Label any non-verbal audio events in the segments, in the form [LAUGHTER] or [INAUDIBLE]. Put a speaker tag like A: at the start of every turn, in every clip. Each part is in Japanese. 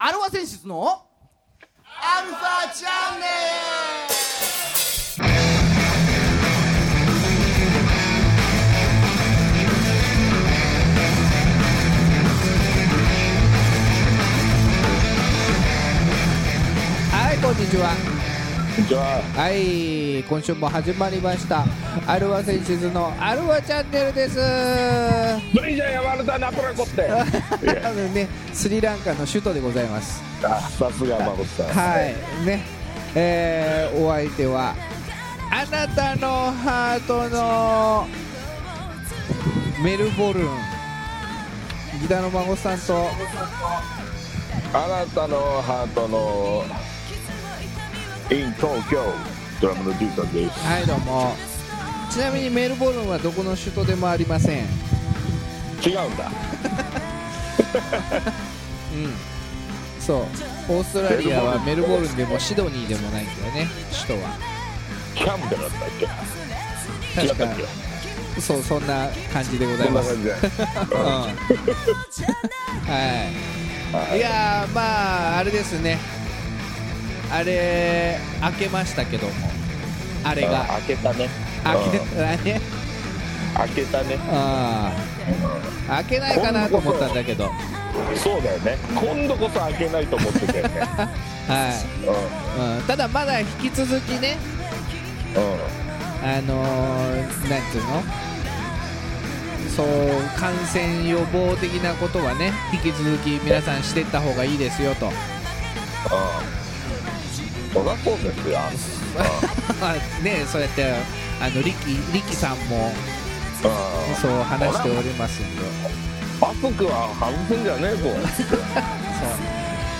A: 和選出のアルファチャンネ
B: はいこんにちは
C: こんにちは。
B: はい今週も始まりましたアルワ選手図のアルワチャンネルです
C: ドリジャーやわれたナプラコって。
B: [LAUGHS] あのねスリランカの首都でございます
C: あ、さすがマコさん。
B: はいねえーお相手はあなたのハートのメルボルンギターの孫さんと
C: あなたのハートの。イン東京。ドラムのジューさんです。
B: はいどうもちなみにメルボルンはどこの首都でもありません
C: 違うんだ。
B: うん、そうオーストラリアはメルボルンでもシドニーでもないんだよね首都は
C: キャンベラだったっけ。違っ
B: 確
C: たっ
B: か
C: け。
B: そうそんな感じでござい
C: こんな
B: ます、う
C: 感
B: ん、
C: じだ。
B: は
C: はい
B: いいやーまああれですねあれ開けましたけどもあれ
C: あ
B: が
C: 開けたね。
B: 開け
C: うん
B: たね
C: 開けたね。
B: あー開けないかなと思ったんだけど
C: そうだよね。今度こそ開けないと思ってたよね。
B: は
C: うん。
B: い、うん、ただまだ引き続きね
C: うん。
B: あのー、なんていうのそう感染予防的なことはね引き続き皆さんしてった方がいいですよと [LAUGHS]
C: うん。そりゃそうですよ。
B: ねそうやってあの力力さんも
C: うん。
B: そう話しておりますんで
C: マスクは外すんじゃねえぞ。
B: そう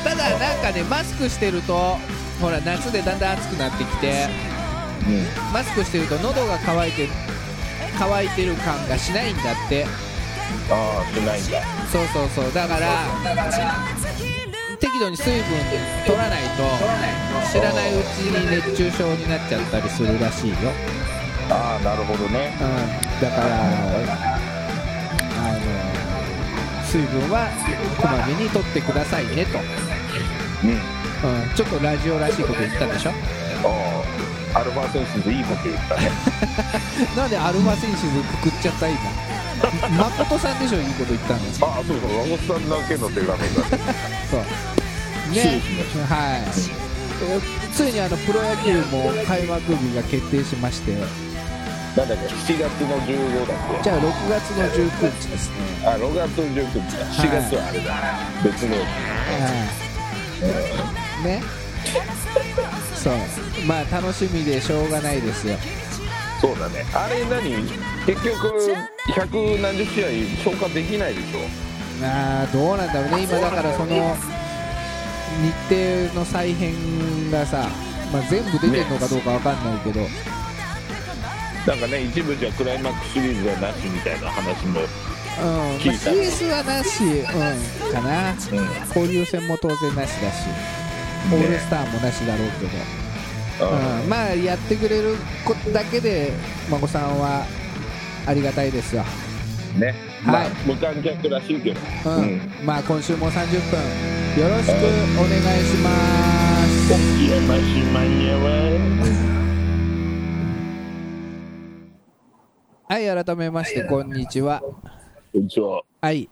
B: ただなんかねマスクしてるとほら夏でだんだん暑くなってきて
C: うん。
B: マスクしてると喉が渇いて乾いてる感がしないんだって
C: ああ、しないんだ。
B: そうそうそうだから適度に水分取らないと知らないうちに熱中症になっちゃったりするらしいよ、うん、
C: ああ、なるほどね。
B: だからあの水分はこまめに取ってくださいねと、
C: うん。
B: うん、ちょっとラジオらしいこと言ったでしょ
C: ああ、アルファセンスでいいこと言ったね。
B: [LAUGHS] なんでアルファセンシズくくっちゃった今誠さんでしょいいこと言ったの
C: [LAUGHS] ああ、そうそう、和子さんだけの手紙だね。
B: そうねはいついにあのプロ野球も開幕日が決定しまして
C: [LAUGHS] なんだっけ、7月の15だっ
B: じゃあ6月の19日ですね、
C: け。あ、6月の19日
B: は
C: だ。
B: い
C: 4月はあれだ。別の。
B: はい、ねそうまあ楽しみでしょうがないですよ
C: そうだね。あれ何結局、百何十試合消化できないでしょ。
B: ああどうなんだろうね今だからその日程の再編がさ、まあ、全部出てるのかどうかわかんないけど、
C: なんかね、一部じゃクライマックスシリーズはなしみたいな話も。
B: うんまあ、CS はなし、うん、かな、交流戦も当然なしだし、オールスターもなしだろうけど、うん、まあやってくれることだけで、孫さんはありがたいですよ、
C: うん。ね。ま
B: は
C: あ
B: い、
C: 無観客らしいけど。
B: うんまあ今週も30分、よろしくお願いします。
C: やましまんやわ。
B: はい、改めまして、こんにちは。
C: こんにちは。
B: はい、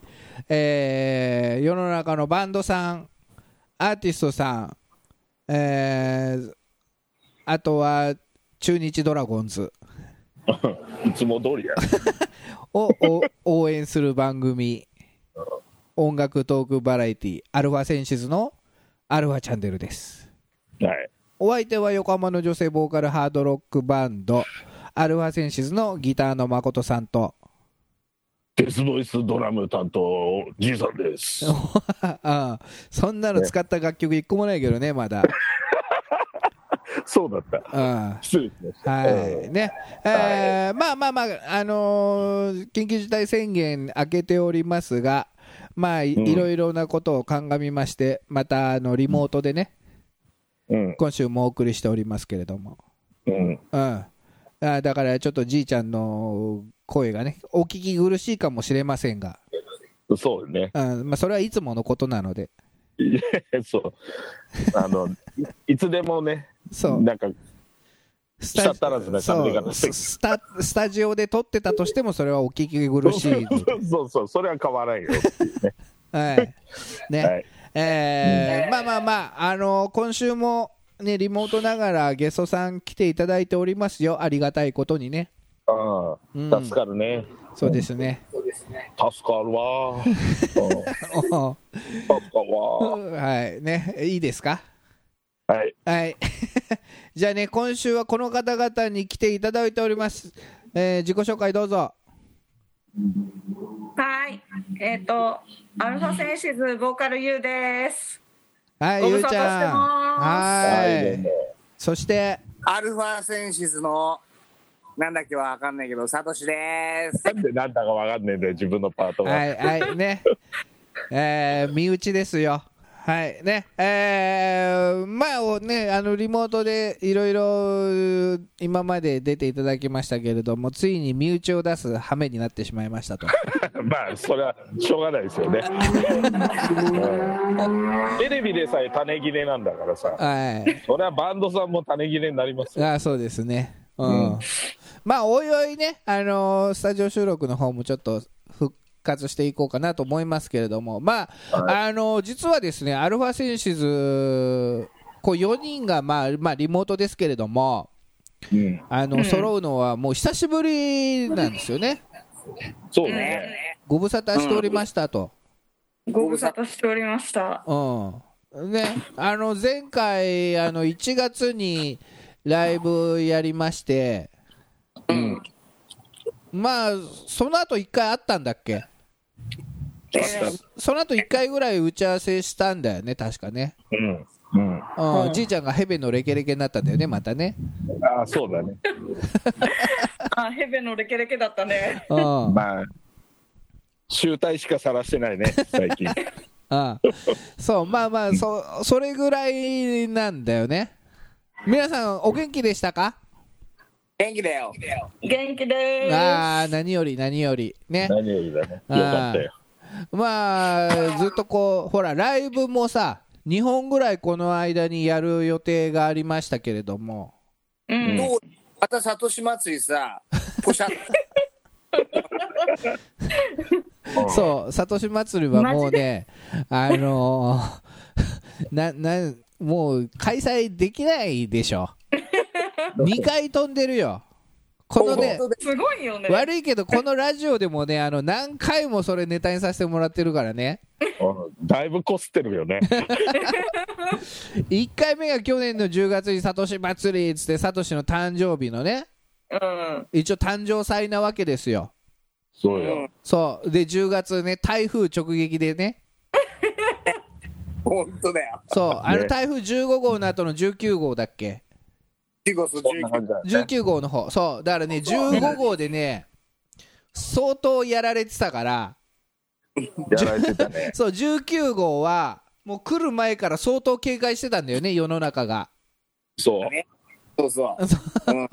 B: えー世の中のバンドさん、アーティストさん、えーあとは中日ドラゴンズ
C: いつも通りや。
B: [LAUGHS] をお [LAUGHS] 応援する番組、音楽トークバラエティアルファセンシズのアルファチャンネルです。
C: はい。
B: お相手は横浜の女性ボーカルハードロックバンド、アルファセンシズのギターの誠さんと、 [LAUGHS]
C: デスボイスドラム担当、じいさ
B: [LAUGHS]
C: んです。
B: あーそんなの使った楽曲一個もないけどね、まだ。
C: そうだった。
B: うん
C: 失礼しました。
B: はいねえーまあまあまあ、あのー緊急事態宣言明けておりますが、まあい
C: うん
B: いろいろなことを鑑みまして、またあのリモートでね、
C: うん。
B: 今週もお送りしておりますけれども、
C: うん。
B: うん、あーだからちょっとじいちゃんの声がね、お聞き苦しいかもしれませんが、
C: そうね。
B: うんまあ、それはいつものことなので、
C: いやそうあのいいつでもね
B: そう
C: なんか
B: ス
C: 舌足らずな
B: そ
C: 喋り方
B: う
C: してる
B: スタスタジオで撮ってたとしてもそれはお聞き苦しい
C: そうそうそれは変わらんよっていうね
B: はいね、
C: はい
B: えーまあまあまあ、あの今週も、ね、リモートながらゲストさん来ていただいておりますよありがたいことにね [LAUGHS]
C: あ
B: う
C: あ
B: ん
C: 助かるね、
B: そうですね
C: 助かる
B: [LAUGHS]
C: わうん助か
B: お
C: るわ
B: う [LAUGHS] はいねいいですか
C: はい
B: はい [LAUGHS] じゃあね今週はこの方々に来ていただいております、えー自己紹介どうぞ
D: はい、えっ、と、アルファセンシズボーカル U です。
B: はい
D: ご
B: ゆ
D: 無
B: う
D: 沙汰
B: ちゃ
D: して
B: ん
D: ま
C: はい
B: はいそして
E: アルファセンシスの、なんだっけはわかんないけど、サトシです。
C: なんでなんだかわかんねえんだよ自分のパートは、
B: はいはいね [LAUGHS] えー身内ですよはいねえーまあおねあのリモートでいろいろ今まで出ていただきましたけれどもついに身内を出す羽目になってしまいましたと
C: [LAUGHS] まあそれはしょうがないですよね、うんテレビでさえ種切れなんだからさ
B: はい
C: それはバンドさんも種切れになりますよ
B: あそうですねうん、まあおいおいねあのースタジオ収録の方もちょっと復活していこうかなと思いますけれどもまあ、あのー実はですねアルファセンシズこう4人が、まあ、まあリモートですけれども、
C: うん、
B: あの、揃うのはもう久しぶりなんですよね。
C: そうね
B: ご無沙汰しておりましたと。
D: ご無沙汰しておりました。
B: うん。ね、あの、前回、あの、1月にライブやりまして、まあ、その後1回あったんだっけその後1回ぐらい打ち合わせしたんだよね、確かね。
C: うんうん
B: うん、じいちゃんがヘベのレケレケになったんだよね、またね。
C: ああそうだね
D: あ、ヘベのレケレケだったね。
B: うん。
C: まあ集大しか晒してないね最 [LAUGHS] 近
B: ああそうまあまあそそれぐらいなんだよね皆さんお元気でしたか
E: 元気だよ。
D: 元気でー
B: ああ何より何よりね
C: 何よりだねよかったよ
B: まあずっとこうほらライブもさ2本ぐらいこの間にやる予定がありましたけれども
D: す。うん。
E: どうまたサトシ祭りさ、ポシャッ。
B: そうサトシ祭りはもうねあのーななもう開催できないでしょ2回飛んでるよこのね
E: 本当です
D: ごいよね。
B: 悪いけどこのラジオでもねあの何回もそれネタにさせてもらってるからね
C: うんだいぶこすってるよね
B: 1回目が去年の10月にサトシ祭りっつってサトシの誕生日のね
D: うん。
B: 一応誕生祭なわけですよ
C: そうよ
B: そうで10月ね台風直撃でね
E: 本当だよ。
B: そうあの
C: ね
B: 台風15号の後の19号だっけ
E: 15こそ
C: そんな感
E: 19
C: じだよね
B: 19号の方そうだからね15号でね相当やられてたから
C: やられてたね
B: そう19号はもう来る前から相当警戒してたんだよね世の中が
C: そう
E: そうそ
B: う
E: う。
B: ん、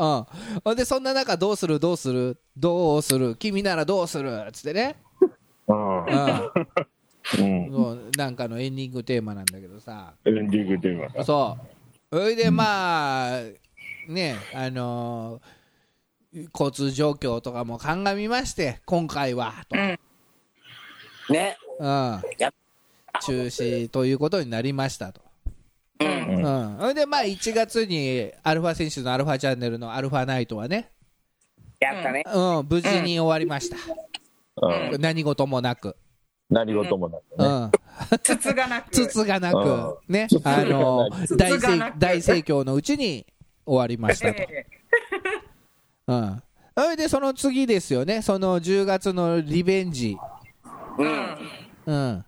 B: ほんでそんな中どうするどうするどうする君ならどうするっつってね、
C: うん
B: うん
C: うん
B: もうなんかのエンディングテーマなんだけどさ
C: エンディングで今
B: そうそれでまあねあのー交通状況とかも鑑みまして今回はと、
D: うん
E: ね。
B: うん、
E: やっ
B: 中止ということになりましたと。
E: う。
B: うんん、それでまあ1月にアルファ選手のアルファチャンネルのアルファナイトはね、
E: やったね。
B: うん、無事に終わりました、
C: うん
B: 何事もなく、
C: 何事もなく
B: う
C: ね
B: ん、
D: 筒がなく。
B: つつがなく、ね、
C: つつが
B: あ
C: なく
B: の
D: つつが
B: 大
D: なく
B: 盛大盛況のうちに終わりましたと。
D: え
B: うん。それでその次ですよね、その10月のリベンジ。
E: う
D: え
E: ん。
B: うん。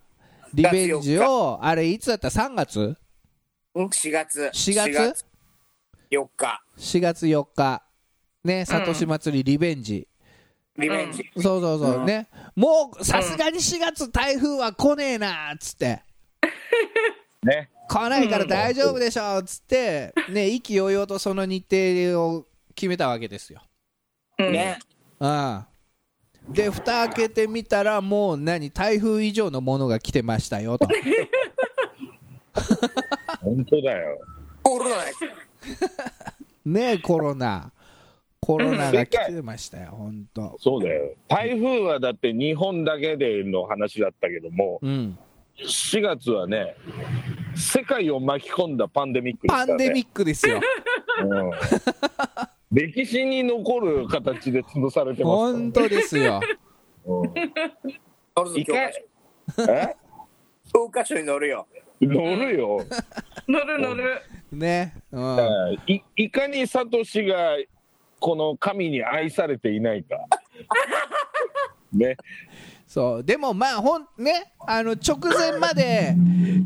B: リベンジを、あれいつだった ?3 月
E: うん4月。
B: 4月
E: 4日。
B: ?4 月4日。ね、サトシ祭りリベンジ。
E: リベンジ。
B: そうそうそう、ね。もうさすがに4月台風は来ねえな、つって。
C: ね
B: 来ないから大丈夫でしょ、つって、ね、意気揚々とその日程を決めたわけですよ。
D: うん
E: ね。
B: うん、で蓋開けてみたらもう何台風以上のものが来てましたよと
C: 本当だよ
E: コロナです
B: ねえコロナコロナが来てましたよ本当
C: そうだよ台風はだって日本だけでの話だったけども
B: うん
C: 4月はね世界を巻き込んだパンデミックです
B: パ
C: から、ね、
B: ンデミックですよ
C: うん歴史に残る形で潰されてます
B: 本当です [LAUGHS] よ
E: 乗るぞ
C: い
E: 教科
C: か
E: 書
C: え
E: 教科書に乗るよ
C: 乗るよ、
D: 乗る乗る。
B: ねうん
C: うんいいかにサトシがこの神に愛されていないか
B: [LAUGHS]
C: ね
B: そうでもまあほんねあの直前まで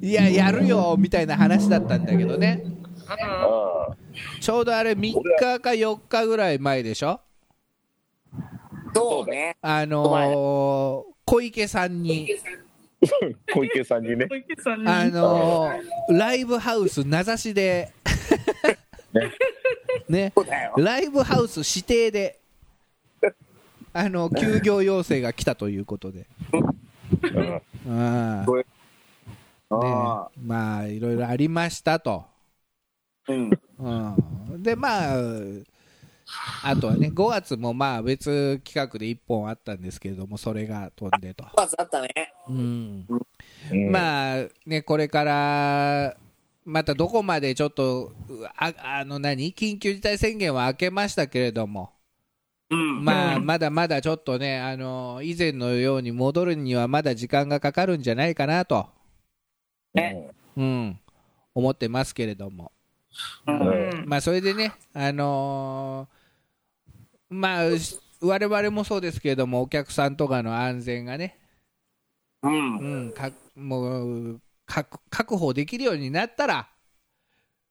B: いややるよみたいな話だったんだけどね
C: ああ
B: ちょうどあれ3日か4日ぐらい前でしょ
E: そうね
B: あ
E: お前
B: のー小池さんに
C: 小池さんにね
D: 小池さんに。
B: あのーライブハウス名指しで [LAUGHS] ね
E: そうだよ
B: ライブハウス指定であの休業要請が来たということで
C: うん
B: うん
E: これ
B: ね
E: あ
B: まあいろいろありましたと。
E: あうん
B: うん、でまああとはね5月もまあ別企画で1本あったんですけれどもそれが飛んでと、
E: まずあったね
B: うん
C: うん
B: まあねこれからまたどこまでちょっとうああの何緊急事態宣言は明けましたけれども、
E: うん
B: まあ、まだまだちょっとねあの以前のように戻るにはまだ時間がかかるんじゃないかなと、
E: ね
B: うん、思ってますけれども。
C: うん
D: うん。
B: まあそれでね、あのーまあうし我々もそうですけれどもお客さんとかの安全がね、
E: う
B: うんん、かもう確確保できるようになったら、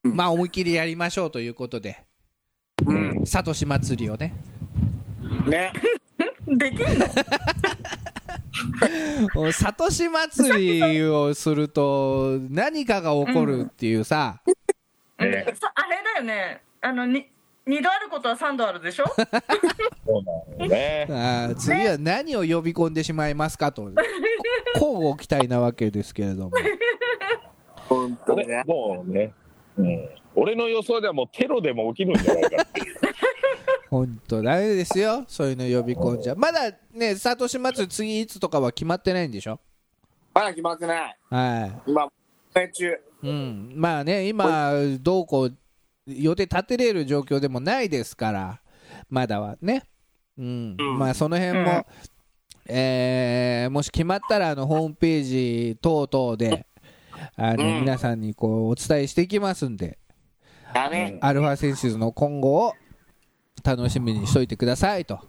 E: うん
B: まあ思いっきりやりましょうということで、
E: うん
B: サトシ祭りをね、
E: ね
D: できんの？
B: おサトシ祭りをすると何かが起こるっていうさ、
C: ね
D: さあれだよね。あのに二度あることは三度あるでしょ？
C: そうなのね
B: あー次は何を呼び込んでしまいますかと、こうご期待なわけですけれども。
E: 本当に
C: 俺
E: ね
C: もうね、うん、俺の予想ではもうテロでも起きるんじゃないかっていう
B: 本当ダメですよそういうの呼び込んじゃまだねサトシ祭り次いつとかは決まってないんでしょ
E: まだ決まってない
B: は
E: 今開催中
B: いうんまあね今どうこう予定立てれる状況でもないですからまだはねうん、
E: うん
B: まあその辺も、
D: うん
B: えーもし決まったらあのホームページ等々であの、
E: うん
B: 皆さんにこうお伝えしていきますんで
E: だね
B: アルファセンシズの今後を楽しみにしといてくださいと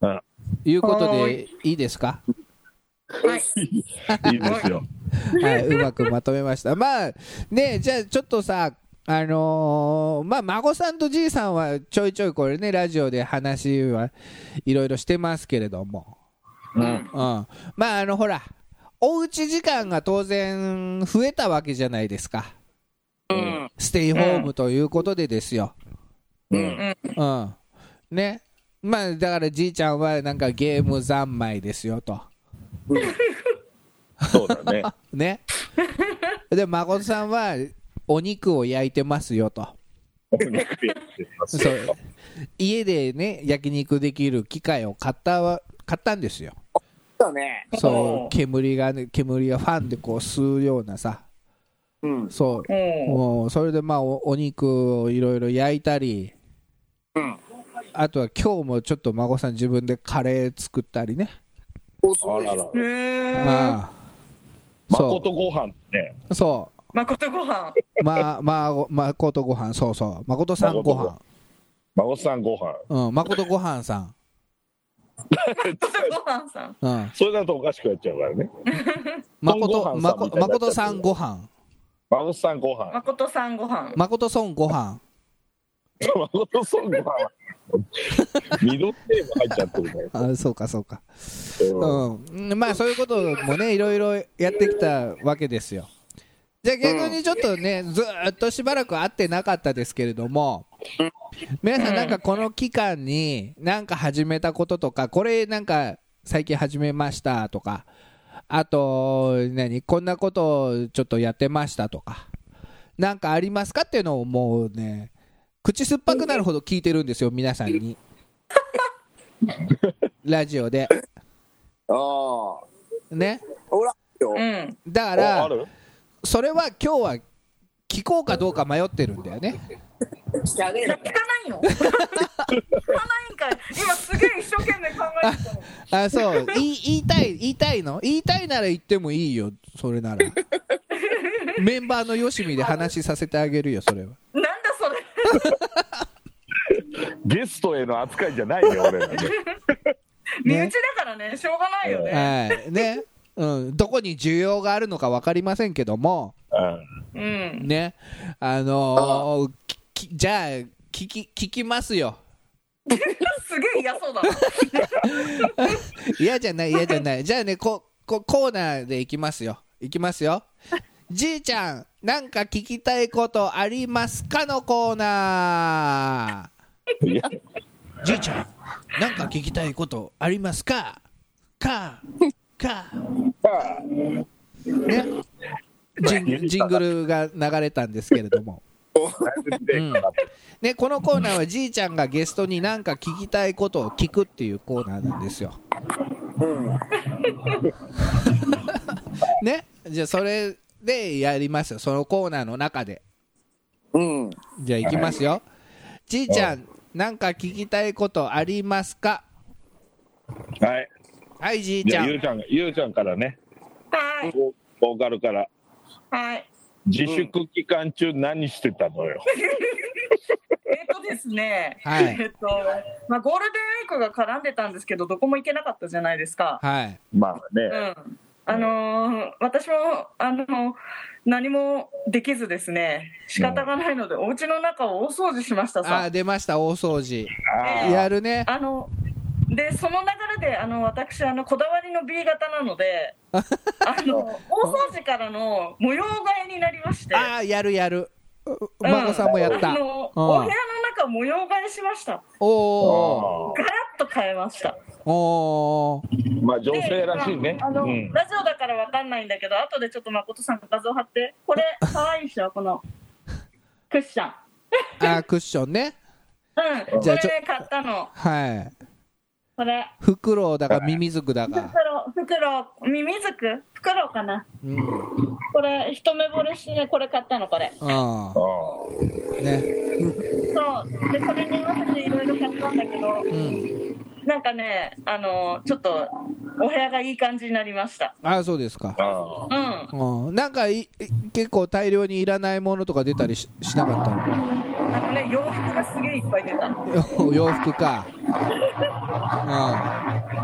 C: うん
B: いうこと
D: は
B: で
D: ー
B: いいですか
D: は
C: [LAUGHS]
D: い。
C: いいですよ
B: はい、うまくまとめました。まあねじゃあちょっとさあのーまあ孫さんとじいさんはちょいちょいこれねラジオで話はいろいろしてますけれども、うんまああのほらおうち時間が当然増えたわけじゃないですか
E: うん
B: ステイホームということでですよ、
C: うん
B: うん、ねまあだからじいちゃんはなんかゲーム三昧ですよと。
C: そうだね
E: [LAUGHS]
B: ねで孫さんはお肉を焼いてますよと
C: お肉やってますよ
B: そう家でね焼肉できる機械を買ったわ買ったんですよ
E: だね
B: そ
D: お
B: う
D: う
B: 煙がね煙がファンでこう吸うようなさ
E: うん
B: そう
D: お
B: もうそれでまあおお肉をいろいろ焼いたり
E: うん
B: あとは今日もちょっと孫さん自分でカレー作ったりね
E: おす
C: あ
E: ごい
C: らら
D: う。へえ。
B: ああ
C: ま
B: そ
C: とご飯ね
B: うそう
D: 誠ご飯。
B: まあ、まあ、まことご飯、そうそう、まことさんご飯。
C: 孫さんご飯
B: うん、まことご飯さん。
D: 誠ご飯さん。
B: うん、
C: それだとおかしくなっちゃうからね
B: まこ
C: ご
B: と、ま
C: 飯さんみたいになっちゃっ
B: こ、
C: てる
B: まことさんご飯。
C: 孫さんご飯
D: 誠さんご飯。
B: まことさんご飯。
C: [LAUGHS] 孫さんご飯ミドルネーム入っちゃってるね
B: あ、そうか、そうか。
C: うん
B: うん、まあ、そういうこともね、いろいろやってきたわけですよ。じゃあ逆にちょっとね、ずーっとしばらく会ってなかったですけれども、皆さんなんかこの期間になんか始めたこととか、これなんか最近始めましたとか、あと、何、こんなことをちょっとやってましたとか、なんかありますかっていうのをもうね口酸っぱくなるほど聞いてるんですよ皆さんにラジオで
E: ああ。
B: ね
E: ほら、よ。
D: うん。
B: だか
C: あ
B: ら
C: ある
B: それは今日は聞こうかどうか迷ってるんだよね
E: 聞かねえ
D: 聞
E: の
D: か
E: かよ
B: [LAUGHS]
D: ないの聞かないんかい。今すげえ一生懸命考えてたの。
B: あそう言い言 [LAUGHS] いたい言いたいの言いたいなら言ってもいいよそれなら
C: [LAUGHS]
B: メンバーのよしみで話させてあげるよそれは
D: なんだそれ。
C: ゲストへの扱いじゃないよ俺らね
D: 身内だからね、しょうがないよね。
B: はいね、うん、どこに需要があるのか分かりませんけども
C: うん
D: うん。
B: ねあのーききじゃあ聞き聞きますよ
D: すげえ嫌そうだな。
B: [LAUGHS] 嫌じゃない嫌じゃないじゃあねここコーナーで行きますよ行きますよじいちゃんなんか聞きたいことありますかのコーナ
C: いや
B: ーじいちゃんなんか聞きたいことあります [LAUGHS] かかかねジンジングルが流れたんですけれどもうんね、このコーナーはじいちゃんがゲストに何か聞きたいことを聞くっていうコーナーなんですよ。ね、じゃあそれでやりますよ、そのコーナーの中で。
E: うん。
B: じゃあ行きますよ。じいちゃん、何か聞きたいことありますか
C: はい
B: はい、じい
C: じ
B: ち
C: ゃ
B: ゃ
C: あゆ
B: ん。
C: うちゃんゆうちゃんからね
D: はい。
C: ボボーカルから
D: はい。
C: 自粛期間中何してたのよ、
D: えっとですね、
B: はい
D: えっと、まあ、ゴールデンウィークが絡んでたんですけど、どこも行けなかったじゃないですか。
B: はい。
C: まあ
D: う
C: ね、
D: ん。あのー私も、あのー何もできずですね、仕方がないので、お家の中を大掃除しました
B: あ
D: さ
B: ー、。出ました、大掃除。
C: ああ
B: やるね。
D: あの、で、その流れで、あの、私、あの、こだわりの B 型な
B: [LAUGHS]
D: ので、あの、大掃除からの模様替えになりまして。
B: ああ、やるやる。う
D: うん
B: 孫さんもやった。お
D: あの
B: うん
D: お部屋の中模様替えしました。
B: お
C: あ
D: ガラッと変えました。
B: ーおー
C: ーまあ女性らしいね
D: で、あの、
C: うん、
D: ラジオだからわかんないんだけど、後でちょっと誠さん画像貼って、これ可愛いでしょこのクッション。
B: あー、クッションね。
D: うん。
B: じゃあ
D: これね買ったの。
B: はい。
D: これ。
B: フクロウだかミミズクだ
D: 袋
B: か、、
D: 袋、耳づく袋かな。
B: うん、うん、
D: これ一目惚れしてこれ買ったのこれ。
C: あ
B: ね、
D: そう。でこれに合わせていろいろ買ったんだけど、
B: うん、
D: なんかねあのちょっとお部屋がいい感じになりました。
B: ああ、そうですか
C: あ。ああ
D: うん。
B: うん、なんかい結構大量にいらないものとか出たりししなかっ
D: あのね、洋服がすげえいっぱい出た。
B: たの。 [LAUGHS] お洋服か。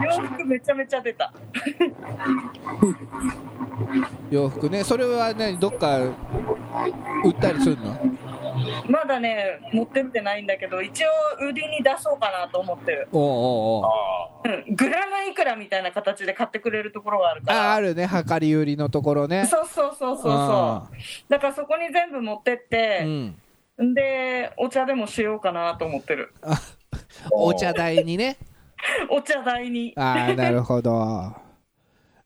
D: 洋服めちゃめちゃ出た。
B: うん、洋服ね、それはね、どっか売ったりするの。
D: まだね、持ってってないんだけど、一応売りに出そうかなと思ってる。
B: おうおうおう。
D: うん、グラムいくらみたいな形で買ってくれるところがあるか
B: あ、あ
D: ら。
B: るね、量り売りのところね。
D: そうそうそうそう
B: あ
D: そう。だからそこに全部持ってっ
B: う
D: て、
B: ん、
D: ん、で、お茶でもしようかなと思ってる。
B: あお茶代にね。
D: お茶代に。
B: あ [LAUGHS] あ、なるほど。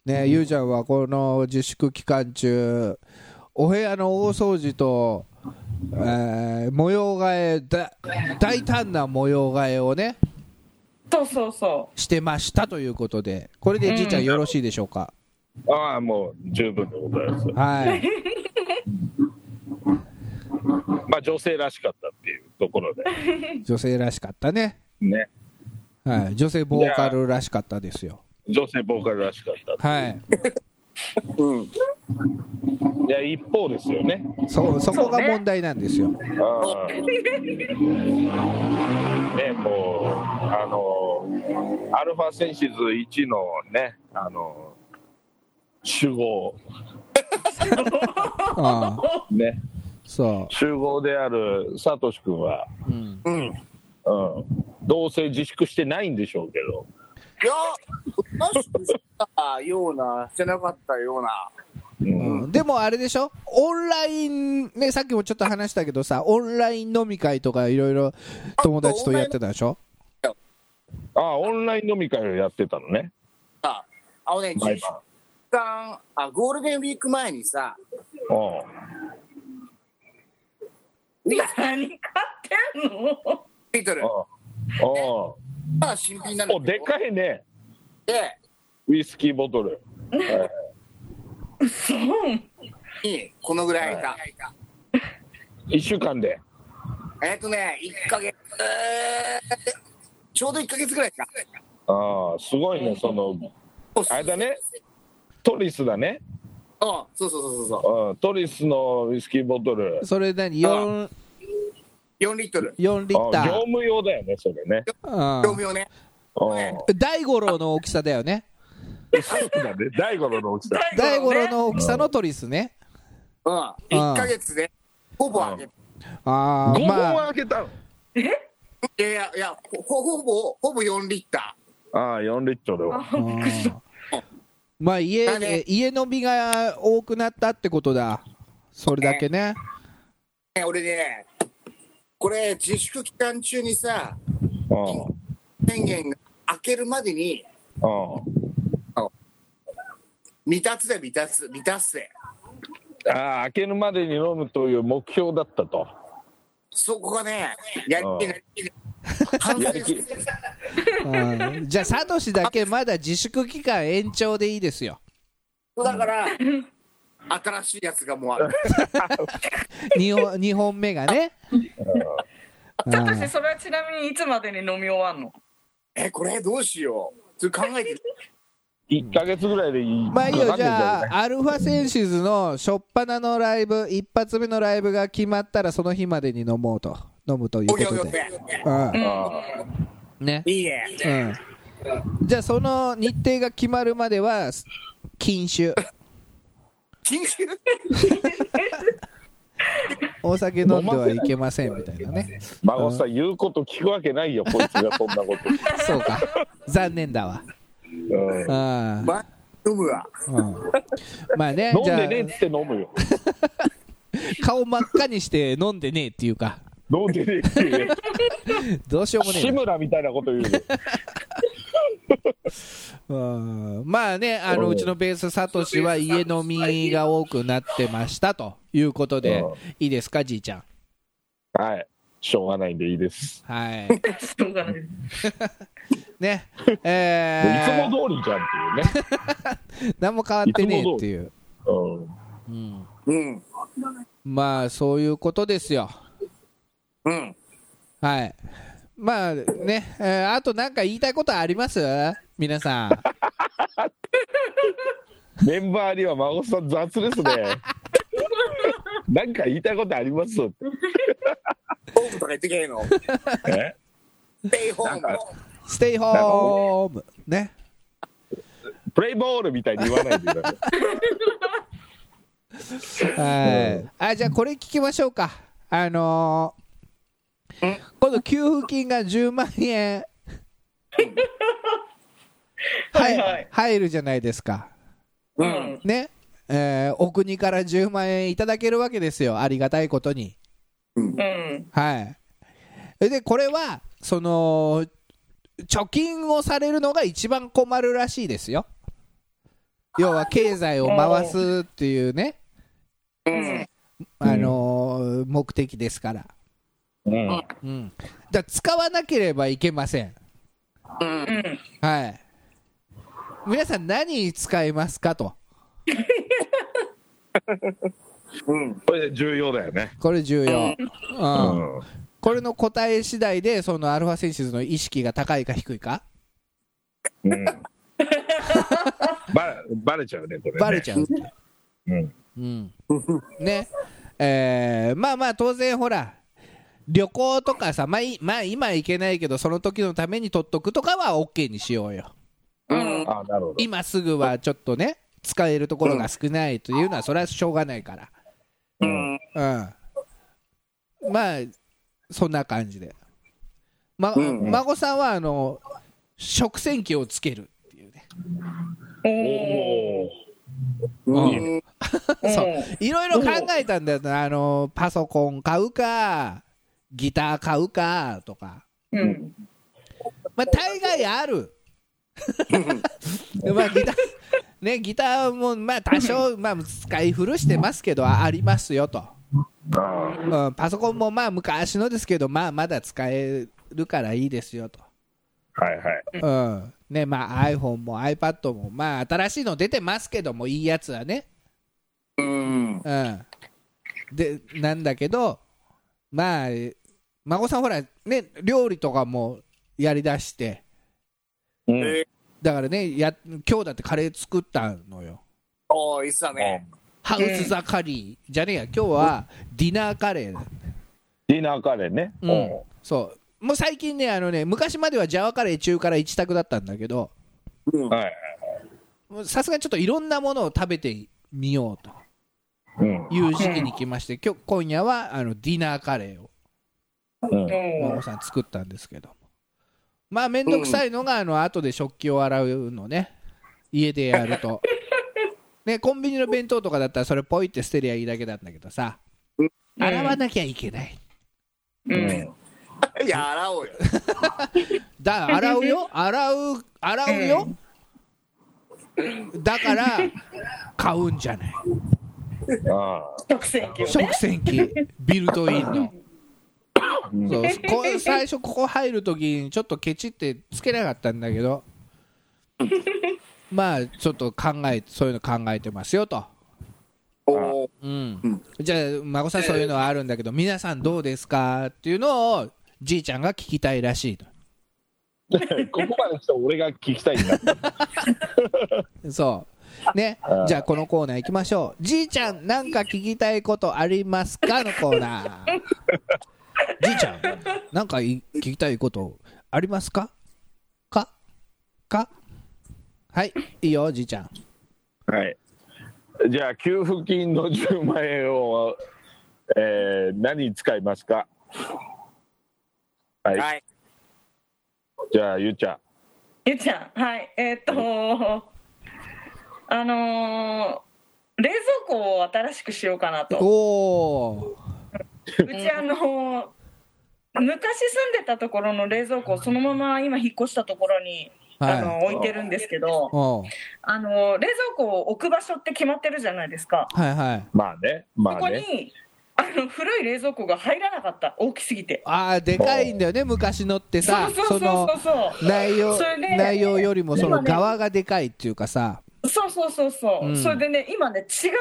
B: ね、ゆうちゃんはこの自粛期間中、お部屋の大掃除と、えー模様替えだ、大胆な模様替えをね、
D: そうそうそ
B: してましたということで、これでじいちゃん、よろしいでしょうか。
C: ああもう十分でございます
B: はい、
C: まあ女性らしかったっていうところで
B: 女性らしかったね、
C: ね
B: はい、女性ボーカルらしかったですよ。
C: 女性ボーカルらしかった
B: はい、
E: うん。
C: いや一方ですよね
B: そそこが問題なんですよ。
C: ああねもうあのアルファセンシズ1のねあの集合
B: ああ
C: ね
B: そ
C: 集合であるサトシ君は、
B: う、うん、
E: うん。
C: うん、どうせ自粛してないんでしょうけど
E: いや、マスクしたような、してなかったような。
C: うん
B: うんでもあれでしょ、オンライン、ね、さっきもちょっと話したけどさ、オンライン飲み会とかいろいろ友達とやってたでしょ、
C: ああオンライン飲み会をやってたのね
E: あ、あのね、
C: 毎
E: 10時
C: 晩
E: 間、あ、ゴールデンウィーク前にさ、
C: うん
D: 何買ってんの
E: ビートル
C: おお
E: まあ新品なんだ
C: おでっかいね
E: で
C: ウイスキーボトル、はい
D: そう
E: にこのぐらい空いた
C: 1週間で
E: えっとね1か月えーちょうど1か月ぐらいか
C: ああすごいねその
E: そうっす
C: あれだねトリスだね、
E: うんそうそうそうそうそう
C: うん、トリスのウイスキーボトル
B: それ何 4,
E: 4リットル
B: 4リッ
C: あ
B: タ
C: 業
B: ー
C: 務用だよねそれね
E: 業務用ね
C: う
B: う
C: ん
B: ん大五郎の大きさだよね
C: そうだね大五郎の大きさ
B: 大五郎
D: ね
B: の大きさのトリスね
E: うん1か月でほぼ上げた
B: あ
C: 5
B: あ
C: 本
B: まあ
C: は開けたの
E: いやいやいやほほほぼほぼ4リッタ
C: ああ4リットル
D: あ
C: を
B: う
D: びっくりした
B: んまあ家
E: だね
B: 家飲みが多くなったってことだそれだけね
E: ーね俺ねこれ自粛期間中にさ
C: うん
E: 宣言が開けるまでに
C: うん
E: 未達で未達未達成
C: ああ開けるまでに飲むという目標だったと
E: そこがねやりきれない反省
C: やりきれ
E: してる
B: うんじゃあサトシだけまだ自粛期間延長でいいですよ
E: だから新しいやつがもうある
B: 2本二本目がねうん
D: サトシそれはちなみにいつまでに飲み終わんの
E: えこれどうしようそれ考えてる
C: 1か月ぐらいでいい
B: まあいいよじゃ
C: あ
B: あアルファセンシズの初っ端のライブ一発目のライブが決まったらその日までに飲もうと飲むという
E: オッ
B: こ
E: ケーオッ
B: と
E: ケ
B: で、
E: ーオッケ
B: うん、ね
E: ーいいね
B: うんじゃあその日程が決まるまでは禁酒
E: 禁酒
B: お酒飲んではいけませんみたいなね
C: 孫さん言うこと聞くわ
B: [LAUGHS]
C: けないよこいつがそんなこと、
B: そうか残念だわ
C: うん
B: あ
E: ま飲むわ
B: うん、まあねじ
C: 飲ん
B: ゃ
C: で
B: あ
C: ねえっつって飲むよ
B: 顔真っ赤にして飲んでねえっていうか
C: 飲んでねえって
B: [LAUGHS]
C: いうね
B: どうしようもね
C: 志
B: えな
C: 村みたいなこと言う
B: [LAUGHS]
C: よ
B: うんまあねあの
C: うん
B: うちのベースサトシは家飲みが多くなってましたということで
C: うん
B: いいですかじいちゃん
C: はいしょうがないんでいいです、
B: はい
D: しょうがない
B: ね
C: [LAUGHS] も
B: え
C: ういつも通りじゃんっていうね、
B: ー、何も変わってねえっていう、
C: うん、
B: うん、
E: うん
B: まあそういうことですよ
E: うん
B: はいまあね、えーあと何か言いたいことあります皆さん
C: メンバーには孫さん雑で
B: [LAUGHS]
C: すねなんか言いたいことあります
E: ホームとか言ってけえの
C: え
E: ステイホーム
B: ステイホームね
C: プレイボールみたいに言わないでください
B: はい、あじゃあこれ聞きましょうかあのー、今度給付金が10万円 [LAUGHS] はい、
D: はいはい
B: 入るじゃないですか
E: うん
B: ねえーお国から10万円いただけるわけですよありがたいことに
D: うん
B: はいでこれはその貯金をされるのが一番困るらしいですよ要は経済を回すっていうね、
E: うん
B: あのー目的ですから、
C: うん
B: うん、だから使わなければいけません
E: うん
D: うん
B: はい皆さん何に使いますかと
E: うん
C: これ重要だよね
B: これ重要、
C: う
B: うん
C: ん
B: これの答え次第でそのアルファセンシズの意識が高いか低いか
C: うんバレバレちゃうねこれね
B: バレちゃう、
C: うん
B: うん、ねえーまあまあ当然ほら旅行とかさ、まあ、いまあ今行けないけどその時のために取っとくとかは OK にしようよ
E: うん
C: あなるほど
B: 今すぐはちょっとね使えるところが少ないというのはそれはしょうがないか
E: うん
B: らうんまあそんな感じで、ま
E: うん
B: 孫さんはあの食洗機をつけるっていうね
D: おお
E: うん
B: そういろいろ考えたんだよなあのパソコン買うかギター買うかとか
D: うん
B: まあ大概ある [LAUGHS] まあギターねギターもまあ多少まあ使い古してますけどありますよと
C: あ
B: うん、パソコンもまあ昔のですけど、まあ、まだ使えるからいいですよと、
C: あはいはい
B: うんねまあ、iPhone も iPad も、まあ、新しいの出てますけども、いいやつはね、
E: うん。
B: うん、でなんだけど、まあ、孫さん、ほら、ね、料理とかもやりだして、
C: うん
E: えー、
B: だからね、や今日だってカレー作ったのよ、
E: おー、いっさね。
B: ハウス・ザ・カリーじゃねえや、今日はディナーカレーだ。
C: ディナーカレーね
B: うんそうもう最近ねあのね昔まではジャワカレー中辛一択だったんだけど
E: うん。
C: はい
B: もうさすがにちょっといろんなものを食べてみようと
C: うん
B: いう時期に来まして今日今夜はあのディナーカレーを
C: うん
B: 孫さん作ったんですけどまあ面倒くさいのがあの後で食器を洗うのね家でやるとねコンビニの弁当とかだったらそれポイって捨てりゃいいだけなんだけどさ洗わなきゃいけない
C: うん
E: いや、洗おうよ。
B: だ洗うよ洗う洗うよ、だから買うんじゃない
C: あ
D: 特選機をね
B: 食洗機ビルトインの
C: うん
B: そうこ最初ここ入る時にちょっとケチってつけなかったんだけどまあちょっと考えそういうの考えてますよと、
E: おー。
B: うん、じゃあ孫さんそういうのはあるんだけど皆さんどうですかっていうのをじいちゃんが聞きたいらしいと
C: ーここまで来たら俺が聞きたいんだった
B: そう。ね
C: う、ん
B: じゃあこのコーナー行きましょう。じいちゃん、なんか聞きたいことありますかのコーナー。
D: [LAUGHS]
B: じいちゃん、なんかい聞きたいことありますかかかはい、いいよ、じいちゃん。
C: はい。 [LAUGHS] じゃあ給付金の10万円を、えー、何に使いますか。はい。
E: はい。
C: じゃあゆうちゃん。
D: ゆうちゃんはいえーっとあのー冷蔵庫を新しくしようかなと
B: おー、
D: うちあの昔住んでたところの冷蔵庫をそのまま今引っ越したところに、あ
B: は
D: の置いてるんですけど
B: い。おう
D: あの冷蔵庫を置く場所って決まってるじゃないですか、
B: はいはい。
C: まあね。ま
D: ここ
C: あね。
D: にあの古い冷蔵庫が入らなかった大きすぎて
B: あー、でかいんだよね、昔のってさ、
D: そうそ
B: そう
D: そ
B: の
D: うそうそう
B: 内容
D: それで
B: 内容よりもそ
D: 今
B: の
D: ね
B: 側がでかいっていうかさ、
D: そうそうそうそう、
B: うん
D: それでね今ね違うとこ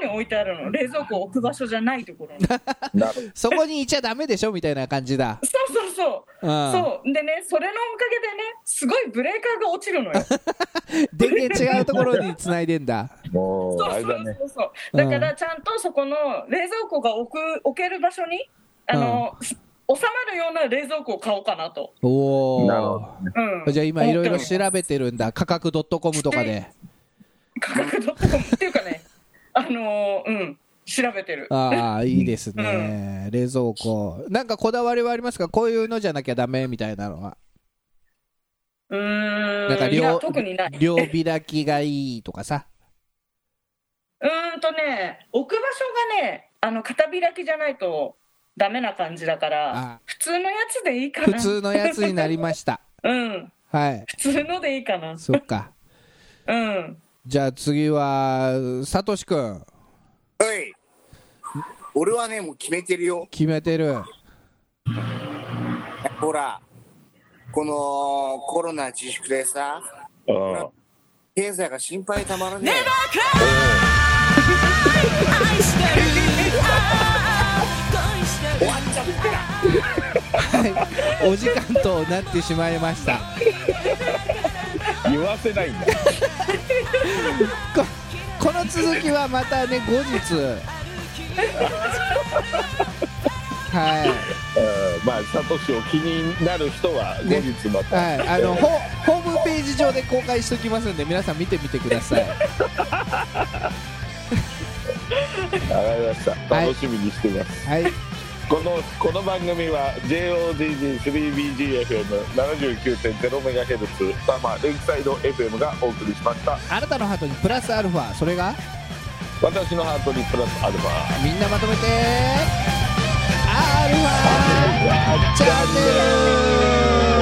D: ろに置いてあるの冷蔵庫を置く場所じゃないところにそう
C: なる
B: そこにいちゃダメでしょみたいな感じだ。
D: そうそう
B: うん、
D: そうでねそれのおかげでねすごいブレーカーが落ちるのよそう
B: 電源違うところに繋いでんだ。
C: もうあ
D: そう
C: れだね。
D: そうそう
B: うん
D: だからちゃんとそこの冷蔵庫が置く置ける場所にあの、す収まるような冷蔵庫を買おうかなと、
B: [LAUGHS] お
C: なるほ
B: お。
D: うん、
B: じゃあ今いろいろ
D: 思って
B: 調べてるんだ。価格 .com とかで。
D: 価格ドットコムっていうかね、 [LAUGHS] あのーうん、調べてる。
B: ああ、いいですね。冷蔵庫。なんかこだわりはありますかこういうのじゃなきゃダメみたいなのは。
D: うーん、
B: なんか
D: いや
B: 両
D: 特にない。
B: 両開きがいいとかさ。
D: うーんとね、置く場所がね、あの片開きじゃないとダメな感じだから、
B: あ
D: 普通のやつでいいか
B: 普
D: な。
B: 通のやつになりま [LAUGHS] した。
D: [LAUGHS] うん、
B: はい。
D: 普通のでいいかな。
B: そっか。
D: うん。
B: じゃあ次は、さとしくん。
E: おい。俺はね、もう決めてるよ。
B: 決めてる。
E: ほら、このコロナ自粛でさ、
C: うん。
E: 経済が心配たまらねえ。終わっちゃったら。
B: はい。お時間となってしまいました。
C: 言わせないんだ。
B: ここの続きはまたね後日はい、
C: うんまあサトシを気になる人は後日また。
B: はい、あのホホームページ上で公開しておきますんで皆さん見てみてください
C: わかりました。
B: はい
C: 楽しみにしてます。
B: はい
C: このこの番組は JOZZ3BGFM79.0MHz 多摩レイクサイド FM がお送りしました
B: あなたのハートにプラスアルファそれが
C: 私のハートにプラスアルファ
B: みんなまとめてアルファチャンネル